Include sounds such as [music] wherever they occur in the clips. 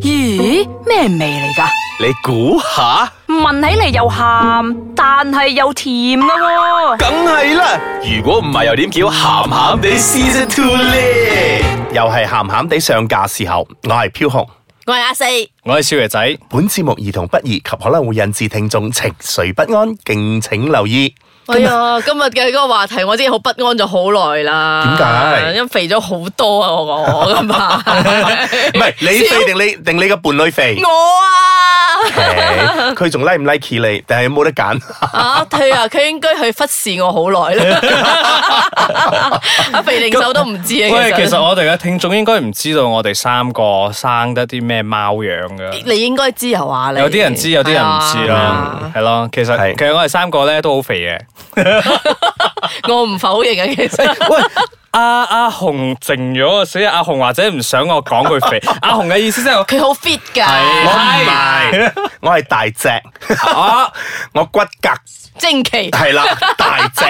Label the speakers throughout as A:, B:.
A: 咦，咩味嚟噶？
B: 你估下，
A: 聞起嚟又鹹，但係又甜噶喎、
B: 梗係啦。如果唔係，又點叫鹹鹹地 Season Two 咧？又係鹹鹹地上架時候，我係飄紅。
C: 我係阿四，哎
D: 我係少爺仔，
B: 本節目兒童不宜及可能會引致聽眾情緒不安，敬請留意。
C: 哎
D: 啊
C: 呀，今日嘅嗰個話題我真係好不安咗好耐啦。
B: 點解
C: 因為肥咗好多啊！我我我
B: 唔
C: 今
D: [laughs]
C: 日
B: 係你肥定你定你個伴侶肥？
C: 我
B: Okay，佢仲 like 唔 like 你？定係冇得揀？
C: 啊，啊佢啊，佢應該去忽視我好耐
D: [laughs]
C: 啦。阿肥零手都唔知啊，
D: 喂，
C: 其
D: 其實
C: 實
D: 我哋嘅聽眾應該唔知道我哋三個生得啲咩貓樣噶。
C: 你應該知啊話你。
D: 有啲人知，有啲人唔知
C: 係啊
D: 咯，係咯。其實
B: 係
D: 其實我哋三個咧都好肥嘅。
C: 我唔否認啊，其實。
D: [laughs] 喂，阿阿紅靜咗啊，死啊！阿紅或者唔想我講 [laughs] 佢肥。阿紅嘅意思即 [laughs] 係
C: 佢好 fit 㗎，
B: 我唔
D: 係
B: 係，我係大隻，
D: 我
B: 我骨骼
C: 精奇。
B: 係啦，大隻。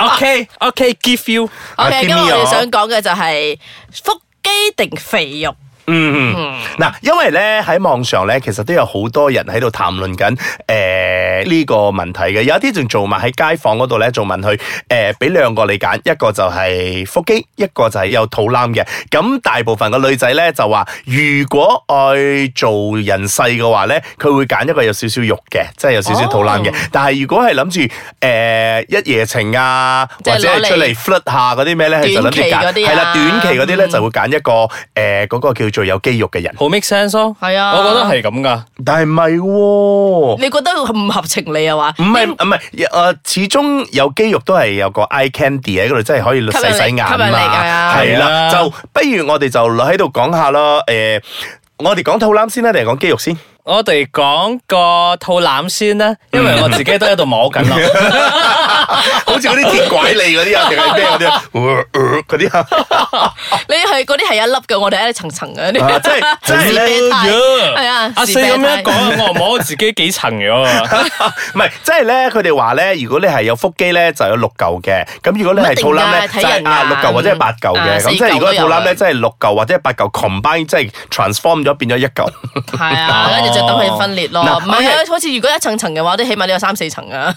D: OK OK give you。
B: 啊 Kimmy
C: OK，今日 [laughs] 我
B: 啊
C: 哋想講嘅就係腹肌定肥肉。
B: 嗯，嗱，因為咧喺網上咧，其實都有好多人喺度談論緊誒呢個問題嘅，有啲仲做埋喺街坊嗰度咧做問去誒俾兩個你揀，一個就係腹肌，一個就係有肚腩嘅。咁大部分嘅女仔咧就話，如果愛做人世嘅話咧，佢會揀一個有少少肉嘅，即係有少少肚腩嘅。
C: 哦
B: 但係如果係諗住誒一夜情啊，
C: 即係
B: 或者係
C: 攞嚟
B: 出嚟 flirt 下嗰啲咩咧，佢就諗住
C: 短期嗰
B: 揀
C: 啲啊
B: 係啦，短期嗰啲咧
C: 嗯
B: 就會揀一個誒嗰、個叫做有肌肉嘅人。
D: 好 make sense 咯，
C: 係啊
D: 我覺得係咁噶。
B: 但係咪喎？
C: 你覺得唔合情理啊？話
B: 唔係唔係，誒、始終有肌肉都係有個 eye candy 喺嗰度，真係可以洗洗眼啊
C: 吸引力吸引力㗎
B: 嘛。
C: 啊
B: 係
D: 係
B: 啦，
D: 啊
B: 就不如我哋就喺度講下咯。誒、我哋講肚腩先啦，啊定係講肌肉先？
D: 我哋講個肚腩先啦，因為我自己都喺度摸
C: [laughs]
D: 緊咯。
B: 好似嗰啲鐵拐利嗰啲啊，定係咩嗰啲啊？呃呃嗰啲啊，
C: 你係嗰啲係一粒嘅，我哋係一層層嘅。 [laughs]
B: 啊即係即係咧。
C: 係啊
D: 阿
C: 是
D: 四咁
C: 病態
D: 樣講，我摸自己幾層咗啊！
B: [laughs] 唔係，即係咧，佢哋話咧，如果你係有腹肌咧，就有六嚿嘅；咁如果你
C: 唔一
B: 係
C: 定
B: 肚腩咧，
C: 㗎
B: 就
C: 睇人
B: 係啊
C: 㗎
B: 六嚿或者係八嚿
C: 啊
B: 嘅。咁
C: 四
B: 即係如果
C: 嚿都有
B: 肚腩咧，
C: 啊
B: 即係六嚿或者係八嚿 combine，即係 transform 咗變咗一嚿。 [laughs]
C: 係啊，跟住就等佢分裂咯。
B: 哦嗱
C: 唔係啊
B: OK，
C: 好似如果一層層嘅話，都起碼你有三四層
B: [laughs]
C: 啊。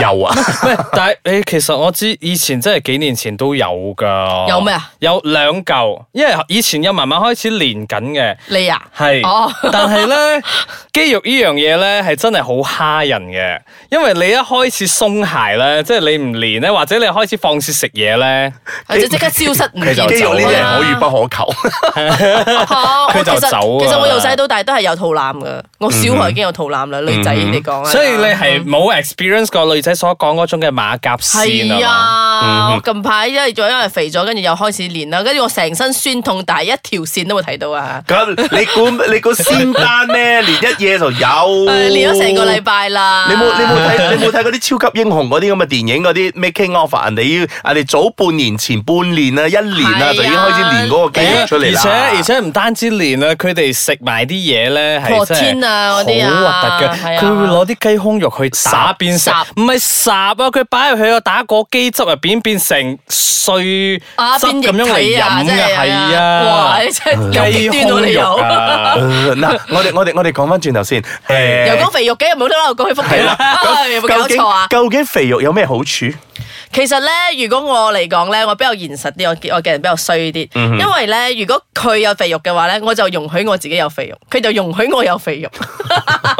B: 有啊，
D: 喂， [laughs] 但係你其實我知以前真係幾年前都有噶。
C: 有咩啊？
D: 有兩嚿，因為以前又慢慢開始練緊嘅。
C: 你啊，
D: 係，
C: 哦
D: 但係咧，肌肉呢樣嘢咧係真係好蝦人嘅，因為你一開始鬆懈咧，即係你唔練咧，或者你開始放肆食嘢咧，
C: 或者即刻消失唔
B: 其
C: 見
B: 實
C: 咗
B: 肌肉呢啲係
C: 啊
B: 可 [laughs]
C: [laughs]
B: 遇不可求。
C: 哦
D: 佢就
C: 我其實
D: 走啊
C: 其實我由細到大都係有肚腩嘅，我小
B: 嗯
C: 學已經有肚腩啦。女仔你講啊，
D: 所以你係冇 experience 過女仔所講嗰種嘅馬甲線
C: 係
D: 啊嘛。
C: 啊，
B: 嗯
C: 我近排因為再因為肥咗，跟住又開始練啦，跟住我成身酸痛，但係一條線都會睇到啊。
B: 咁你估你估仙 [laughs] 丹咧，連一夜就有。
C: 誒練咗成個禮。拜
B: 哦
C: 啦。
B: 你冇你冇睇你冇睇嗰啲超級英雄嗰啲咁嘅電影嗰啲 making of 啊人哋要人哋早半年前半年啊一年啊就已經開始練嗰個肌肉出嚟啦。
D: 啊而且而且唔單止練啊，佢哋食埋啲嘢咧係真
C: 天
D: 係
C: 啊
D: 好
C: 嗰啲
D: 核
C: 啊
D: 突嘅，
C: 係啊
D: 佢會攞啲雞胸肉去打變成
C: 烚，
D: 唔係烚啊，佢擺入去個打果機汁入邊變成碎汁
C: 啊，變
D: 咁樣嚟
C: 液體啊，
D: 飲
C: 真
D: 嘅，係啊
C: 哇！，你
D: [laughs]
C: 真係有
D: 雞
C: 極端
D: 胸
C: 到你
D: 肉
C: 有，
D: 啊！
B: 呃 [laughs] 嗱，我哋我哋我哋講翻轉頭
C: [laughs]
B: 先，誒
C: 又講肥肉嘅，又冇得啦，又講佢腹肌
B: 係
C: 啦， [laughs]
B: 啦
C: 啊有冇搞
B: 究竟
C: 錯啊？
B: 究竟肥肉有咩好處？
C: 其實咧，如果我嚟講咧，我比較現實啲，我我嘅人比較衰啲，
D: 嗯
C: 因為咧，如果佢有肥肉嘅話咧，我就容許我自己有肥肉，佢就容許我有肥
D: [laughs]
C: 肉， [laughs]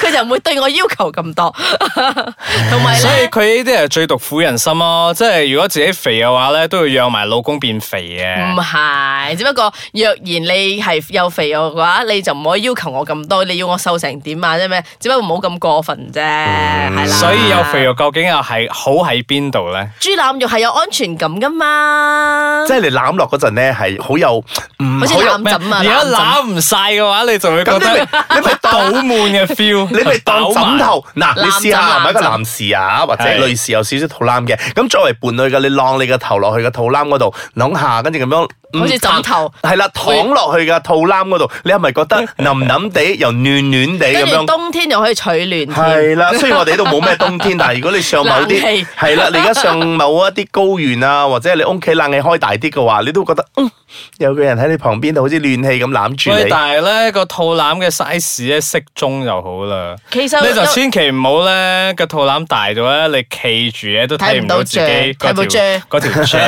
C: 佢就唔會對我要求咁多， [laughs] 同埋
D: 所以
C: 咧。
D: 佢呢啲係最毒婦人心咯，即係如果自己肥嘅話咧，都要讓埋老公變肥嘅。
C: 唔係，只不過若然你係有肥肉嘅話，你就唔可以要求我咁多，你要我瘦成點啊？啫咩？只不過唔好咁過分啫，係啦。
D: 所以有肥肉，究竟又係好喺邊度咧？
C: 豬腩肉係有安全感噶嘛？
B: 即係你攬落嗰陣咧，係好有嗯
C: 好似
B: 好有
C: 攬枕啊，
D: 如果
C: 攬枕
D: 攬唔晒嘅話，你就會覺
B: 咁你
D: 得
B: 咪你咪
D: 倒
B: 當
D: 滿嘅 feel，
B: 你
D: [laughs]
B: 咪當枕頭嗱，你試下係
C: 攬枕
B: 咪一個
C: 攬枕
B: 男士啊，或者
D: 係
B: 女士有少少肚腩嘅，咁作為伴侶嘅，你晾你個頭落去個肚腩嗰度，擸下，跟住咁樣
C: 好似枕頭，
B: 系啦，躺落去嘅肚腩嗰度，你係咪覺得腍腍地又暖暖地
C: 跟
B: 咁
C: 住
B: 樣？
C: 冬天又可以取暖 [laughs] 添。
B: 係啦，雖然我哋呢度冇咩冬天，但係如果你上某啲 [laughs]
C: 冷氣
B: 係啦，你而家上某一啲高原啊，或者你屋企冷氣開大啲嘅話，你都覺得嗯有個人喺你旁邊度好似暖氣咁攬住
D: 喂，
B: 你。
D: 但係咧個肚腩嘅 size 咧適中就好啦。
C: 其實
D: 你就
C: 有
D: 千祈唔好咧個肚腩大咗咧，你企住咧都睇唔到自己
C: 睇唔到
D: 嗰條
C: 啫
D: 嗰條 [laughs] j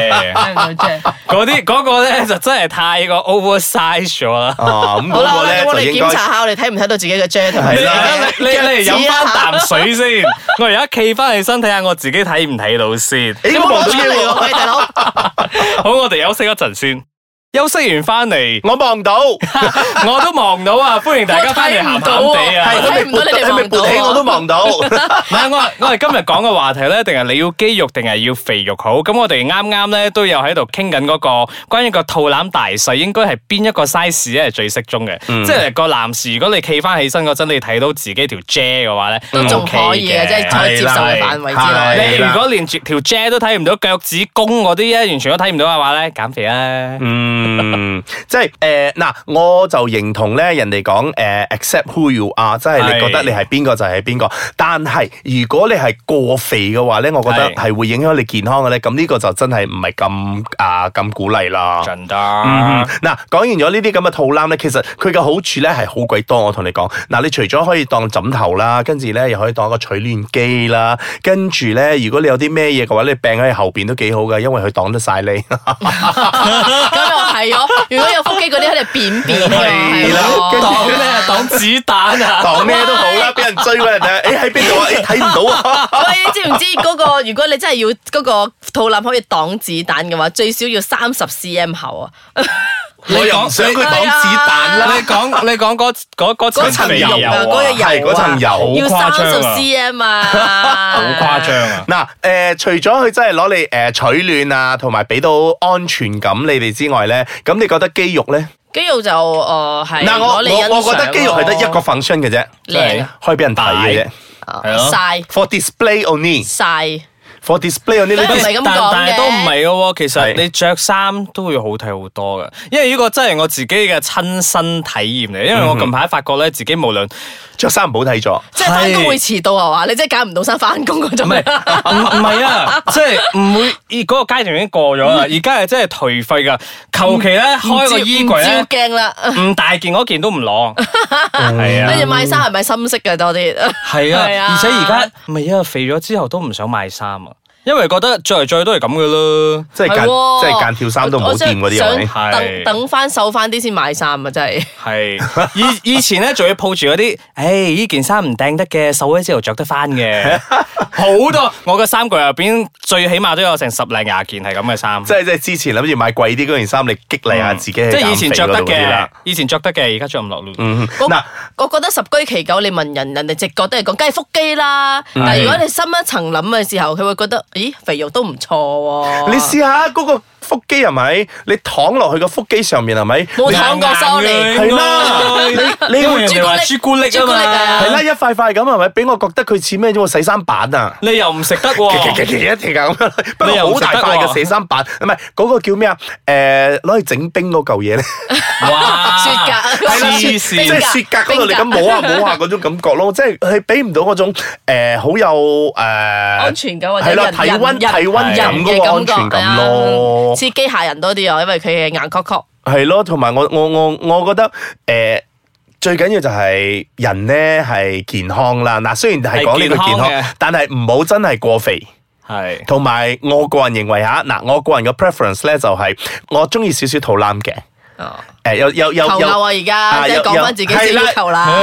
D: 嗰啲嗰個咧就真係太過 oversize 咗啦。
B: 啊，咁
C: 好啦，
B: 嗰
C: 好
B: 個
C: 啦
B: 咧
C: 咁我
B: 就
C: 哋
B: 應該
C: 檢。查下我哋睇唔睇到自己嘅 J 同埋
B: 係
D: 你而
B: 啦
D: 家你
C: [laughs]
D: 你你
C: 腳趾
D: 飲
C: 啊
D: 翻啖水先，我而家企翻起身睇下我自己睇唔睇到
B: 誒
D: 先。
C: 你冇
B: 我
C: 攞
B: 望
C: 出嚟
B: 到
C: 喎，喂大佬，
D: [laughs] 好，我哋休息一陣先。休息完翻嚟， [laughs]
B: 我望到，
D: 我都望到啊！歡迎大家翻嚟鹹鹹地啊！
C: [laughs] 我睇
B: 係
C: 唔到啊係唔到你哋
B: 係咪
C: 望到啊
B: 勃起我都望
C: [laughs]
B: 到。
D: 唔係我我哋今日講嘅話題咧，定係你要肌肉定係要肥肉好？咁我哋啱啱咧都有喺度傾緊嗰個關於個肚腩大細應該係邊一個 size 咧係最適中嘅，
C: 嗯
D: 即係個男士如果你企翻起身嗰陣，你睇到自己條 J 嘅話咧，
C: 都仲可以啊嘅，即嗯係可以接受嘅範圍之內。
B: 係
D: 你
B: 啦
D: 如果連條 J 都睇唔到，腳趾公嗰啲咧完全都睇唔到嘅話咧，減肥啦。
B: 嗯，即係誒嗱，我就認同咧，人哋講誒 accept who you are，即係你
D: 係
B: 覺得你係邊個就係邊個。但係如果你係過肥嘅話咧，我覺得
D: 係
B: 係會影響你健康嘅咧。咁呢個就真係唔係咁啊咁鼓勵啦。
D: 真
B: 嗯
D: 得，
B: 嗱，講完咗呢啲咁嘅肚腩咧，其實佢嘅好處咧係好鬼多，我同你講。嗱，你除咗可以當枕頭啦，跟住咧又可以當一個取暖機啦，跟住咧如果你有啲咩嘢嘅話，你病喺後邊都幾好嘅，因為佢擋得晒
C: [laughs]
B: 你。
C: 咁又係咯，如果有腹肌嗰啲喺度扁扁嘅，
B: 係啦
C: 係
B: 跟住
C: 咯
D: 擋咩啊？擋子彈啊！
B: 講咩都好啦，俾人追嗰陣
C: [laughs]
B: 啊！誒喺邊度啊？誒睇唔到啊！
C: 喂，你知唔知嗰、個？如果你真係要嗰個肚腩可以擋子彈嘅話，最少要三十 cm 厚啊！
D: 你
B: 我又唔
D: 講
B: 想佢
D: 你
B: 擋子彈啦。
D: 你講你講嗰
C: 哎
D: 嗰嗰
C: 嗰
D: 層
C: 層
D: 肥
C: 油
D: 油
C: 啊，嗰個
D: 啊！
C: 油啊
B: 係嗰層油
C: 要
D: 好
C: 三
D: 誇
C: 十
D: 張啊
C: cm 啊，
B: [laughs]
D: 好誇張啊！
B: 嗱，誒，除咗佢真係攞嚟誒取暖啊，同埋俾到安全感你哋之外咧，咁你覺得肌肉咧？
C: 肌肉就誒係
B: 嗱，我
C: 攞嚟欣賞啊
B: 我
C: 咯
B: 我覺得肌肉係得一個 function 嘅啫，
C: 靚啊
B: 可以俾人睇嘅啫
D: 係咯
C: 晒
B: ，for display only，for
C: 晒
B: display
C: [laughs]
B: only 呢
C: 唔
B: 啲。
C: 係咁
D: 但
C: 講嘅
D: 但係都唔係嘅喎，其實
B: 係
D: 你着衫都會好睇好多嘅，因為呢個真係我自己嘅親身體驗嚟。因為我近排發覺咧，自己無論
C: 嗯
B: 着衫唔好睇咗，
C: 即係翻工
D: 係
C: 會遲到啊嘛！你真係揀唔到衫翻工嗰
D: 唔
C: 種。
D: 係唔唔
C: [laughs]
D: 係啊，即係唔會嗰個階段已經過咗啦，而家係真係頹廢噶。求其咧開個衣櫃
C: 唔
D: 咧
C: 照，鏡啦，
D: 唔大件嗰件都唔攞，係啊
C: 跟。住買衫係咪深色嘅多啲？
D: 係啊，
C: 係啊
D: 而且而家唔係啊，肥咗之後都唔想買衫啊，因為覺得着嚟着去都係咁噶啦。
B: 即係間
C: 喎
B: 即係間條衫都唔好掂嗰啲啊係咪
C: 我真係想
D: 係
C: 等等翻瘦翻啲先買衫啊！真係
D: 係
B: [laughs]
D: 以以前咧，仲要抱住嗰啲，誒呢件衫唔掟得嘅，瘦咗之後着得翻嘅，
B: [laughs]
D: 好多。我嘅衫櫃入邊最起碼都有成十零廿件係咁嘅衫。嗯
B: 即係即係之前諗住買貴啲嗰件衫嚟激勵下自己喺
D: 即係以
B: 減肥
D: 前
B: 嗰
D: 着得
B: 度嗰啲
D: 嘅
B: 啦。，
D: 以前着得嘅，而家着唔落咯。
B: 嗯，
C: 我
B: 嗱。
C: 我覺得十居其九，你問人，人哋直覺都係講梗係腹肌啦。
B: 嗯
C: 但係如果你深一層諗嘅時候，佢會覺得，咦，肥肉都唔錯喎。
B: 你試下嗰個腹肌係咪？你躺落去個腹肌上面係咪？
C: 冇糖果收你
B: 係
D: 啊
B: 啦你你
D: 因為人
C: 朱
D: 哋
C: 古
D: 話
C: 力
D: 朱古力
C: 朱
D: 啊
C: 古力啊
D: 嘛，
B: 係啦，一塊塊咁係咪？俾我覺得佢似咩啫？洗衫板啊！
D: 你又唔食得
B: [laughs]
D: 喎。
B: 一定係咁樣，不
D: 你
B: 過
D: 又唔
B: 好
D: 食得
B: 大塊嘅
D: 喎
B: 洗衫板，唔係嗰個叫咩啊？誒，攞去整冰嗰嚿嘢咧，
D: 哇！
C: 雪格係啦
D: [laughs] 黐
B: 即
C: 冰
D: 線
C: 格
B: 係雪格嗰度，你
C: 冰格
B: 咁摸下摸下嗰種感覺咯，即係佢俾唔到嗰種誒好有誒安
C: 安全感或者
B: 係啦，
C: 人
B: 體温
C: 人
B: 體温
C: 人
B: 感嗰
C: 嘅
B: 個安全感
C: 啊
B: 咯。
C: 似機械人多啲啊，因為佢係硬確確。
B: 係咯，同埋我我我我覺得诶、呃最緊要就係人咧係健康啦。嗱，雖然係講呢個健
D: 係健康
B: 康，
D: 嘅
B: 但係唔好真係過肥。
D: 係
B: 同埋我個人認為吓，嗱，我個人嘅 preference 咧就係、我中意少少肚腩嘅。
C: 啊
B: 诶、有有有
C: 求偶啊！
B: 有，
C: 而家即係
B: 有
C: 講翻自己
B: 有
C: 嘅要求啦。
B: [laughs]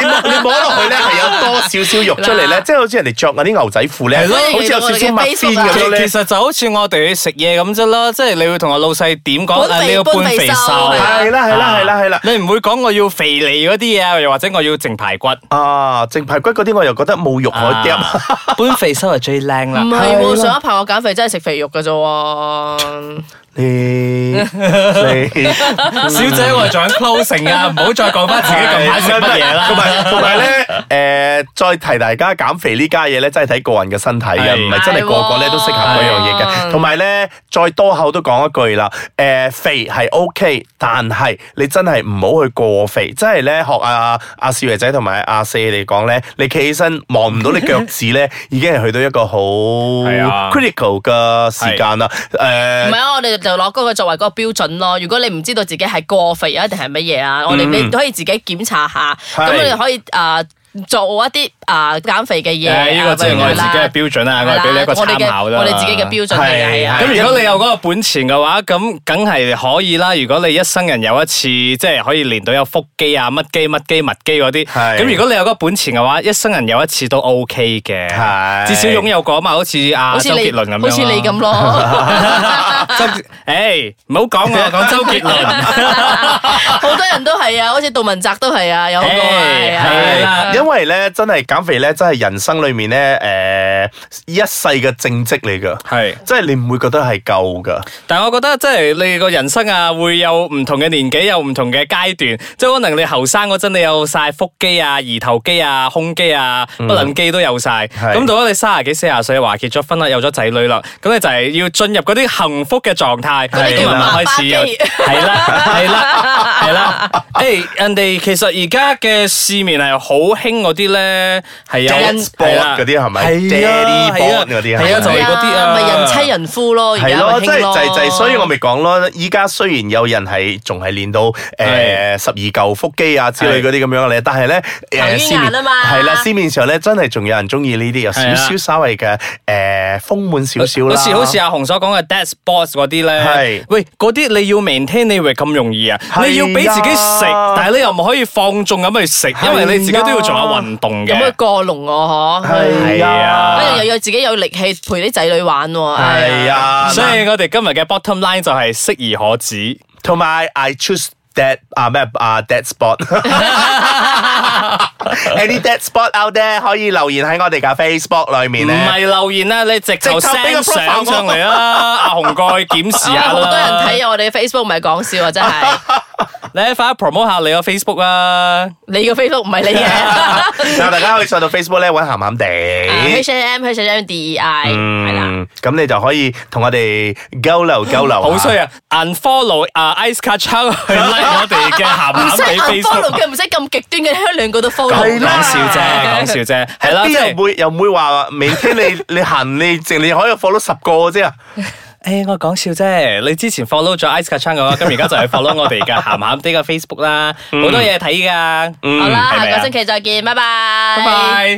B: 你摸你摸落去咧係有多少少肉出嚟咧，
C: 嗱
B: 即係好似人哋着嗰啲牛仔褲咧，
D: 係咯
B: 好似有少少
C: 我哋
B: 麥
C: 嘅
D: [laughs]
C: Facebook
B: 片
C: 啊
B: 咁樣
D: 其
B: 咧
D: 其。實就好似我哋去食嘢咁啫啦，即係你會同我老細點講
C: 半
D: 啊，
C: 肥
D: 你要半肥瘦，啊
C: 半肥瘦
B: 係啦係啦係啦係啦。
D: 你唔會講我要肥膩嗰啲嘢啊，又或者我要淨 [laughs] 排骨。
B: 啊，淨排骨嗰啲我又覺得冇肉可掂。
D: 啊半肥瘦係最靚
C: 唔
D: 啦。
C: 係喎，上一排我減肥真係食肥肉嘅啫喎。
B: [laughs] 你你。 [laughs]
D: [laughs] 小姐，我係做緊 closing [laughs] 啊，唔好再講翻自己近排食乜嘢
B: 同
D: 啦。
B: 埋同埋咧，誒、诶，再提大家減肥呢家嘢咧，真係睇個人嘅身體嘅，
D: 係
B: 唔係真係個個咧都適合嗰樣嘢
C: 係
B: 嘅。同埋咧，再多口都講一句啦，诶，肥係 OK，但係你真係唔好去過肥，真係咧學阿阿少爺仔同埋阿四嚟講咧，你企起身望唔到你腳趾
D: [laughs]
B: 咧，已經係去到一個好
D: 係啊
B: critical 嘅時間啦。诶
C: 唔係。啊，我哋就攞嗰個作為嗰個標準咯。如果你唔知道自己係過肥啊定係乜嘢啊，我哋
B: 嗯
C: 你可以自己檢查下，
B: 係
C: 咁你可以啊做一啲啊減肥嘅嘢啊。
D: 誒呢個即係我哋
C: 咁樣啦
D: 自己嘅標準啊，我哋俾你一個
C: 係啦我哋嘅
D: 參考啦。
C: 我哋自己嘅標準嚟嘅係啊。
D: 咁如果你有嗰個本錢嘅話，咁梗係可以啦。如果你一生人有一次，即係可以練到有腹肌啊、乜肌、乜肌、乜肌嗰啲，
B: 係
D: 咁如果你有嗰個本錢嘅話，一生人有一次都 OK 嘅
B: 係，
D: 至少擁有過嘛，好似阿
C: 好
D: 周
C: 似
D: 杰
C: 你
D: 倫咁樣啊
C: 好似你
D: [laughs]
C: 咁
D: 咯。
C: 咯。 [laughs]
D: 周，誒唔好講我，講周杰
C: [laughs]
D: 倫。
C: 好多人都係啊，好似杜汶澤都係啊，有好多
B: [laughs]
C: 啊係啊
D: 係
C: 係啊
D: 啦。
B: 因為咧，真係減肥咧，真係人生裏面咧，诶、一世嘅正職嚟噶，
D: 係。
B: 即係你唔會覺得係夠噶。
D: 但我覺得即係你個人生啊，會有唔同嘅年紀，有唔同嘅階段。即係可能你後生嗰陣，你有晒腹肌啊、二頭肌啊、胸肌啊、不能肌都有晒。
B: 係
D: 咁到咗你三十幾、四十歲，話結咗婚啦，有咗仔女啦，咁你就係要進入嗰啲幸福嘅狀態，
C: 嗰啲叫
D: 慢慢開始有
C: 爸爸肌
D: 係啦，
B: [laughs]
D: 係啦，係啦。誒，人哋其實而家嘅市面係好興嗰啲咧，係有
B: Dance
D: 係啦
B: board 嗰啲係咪
D: 係啊
B: Daddy
D: 係啊
B: board 嗰啲係咪
D: 係啊，就係嗰啲啊，
C: 咪人妻人夫咯，而
B: 係
C: 家
B: 咯，
C: 咪
B: 即係
C: 興
B: 就
C: 咯。
B: 係就係，所以我咪講咯。依家雖然有人係仲係練到诶十二嚿腹肌啊之類嗰啲咁樣咧，但係咧
C: 彭于
B: 诶市面
C: 晏啊嘛
B: 係啦，市面上咧真係仲有人中意呢啲有少
D: 係
B: 少
D: 啊
B: 稍微嘅诶豐滿少少啦。
D: 好似好似阿紅所講嘅 dead sports 嗰
B: 係
D: 啲咧，喂，嗰啲你要 maintain 你以為咁容易啊？
B: 係啊
D: 你要俾自己食，但係你又唔可以放縱咁去食，
B: 係啊
D: 因為你自己都要做下運動
C: 有冇
D: 嘅。
C: 過龍我嗬？
B: 係啊，
C: 跟住又要自己有力氣陪啲仔女玩喎。哎呀
B: 係啊，
D: 所以我哋今日嘅 bottom line 就係適而可止。
B: 同埋 I choose that 啊咩啊 that spot。Any dead spot out there 可以留言喺我哋嘅 Facebook 裏面
D: 唔
B: 咧。
D: 係留言啦，你直頭
B: 直頭俾
D: send
B: 個 profile
D: 相上嚟啦，阿紅過去檢視下
B: [laughs]
C: 哦好多人
D: 啦。
C: 睇我哋 Facebook 唔係講笑啊，真係
D: [laughs] 你快啲 promote 下你個 Facebook 啊！
C: 你個 Facebook 唔係
D: [laughs]
C: 你嘅。啊
B: 嗱，大家可以上到 Facebook 咧揾鹹鹹地
D: 啊
C: H。A M H A M D E I 係啦，
B: 嗯，咁你就可以同我哋交流交流。
D: 好衰！啊，unfollow 啊 Ice c a t c h 去 like 我哋嘅
C: 唔
D: 鹹
C: 使
D: 鹹地
C: unfollow
D: Facebook。
C: 嘅，唔使咁極端嘅，兩個都 follow。
B: 係
D: 講
B: 啦
D: 笑啫，講笑啫，係啦，即
B: 啲又
D: 係
B: 唔。會又唔會話明天
D: [laughs]
B: 你你行你淨你可以放到十個啫。
D: 诶、我講笑啫。你之前 follow 咗 Ice c a c h a n 嘅話，咁而家就係 follow 我哋嘅鹹鹹啲嘅 Facebook 啦，好多嘢睇噶。
C: 嗯好啦，
D: 係咪
C: 下
D: 啊
C: 個星期再見，拜拜。
D: 拜拜。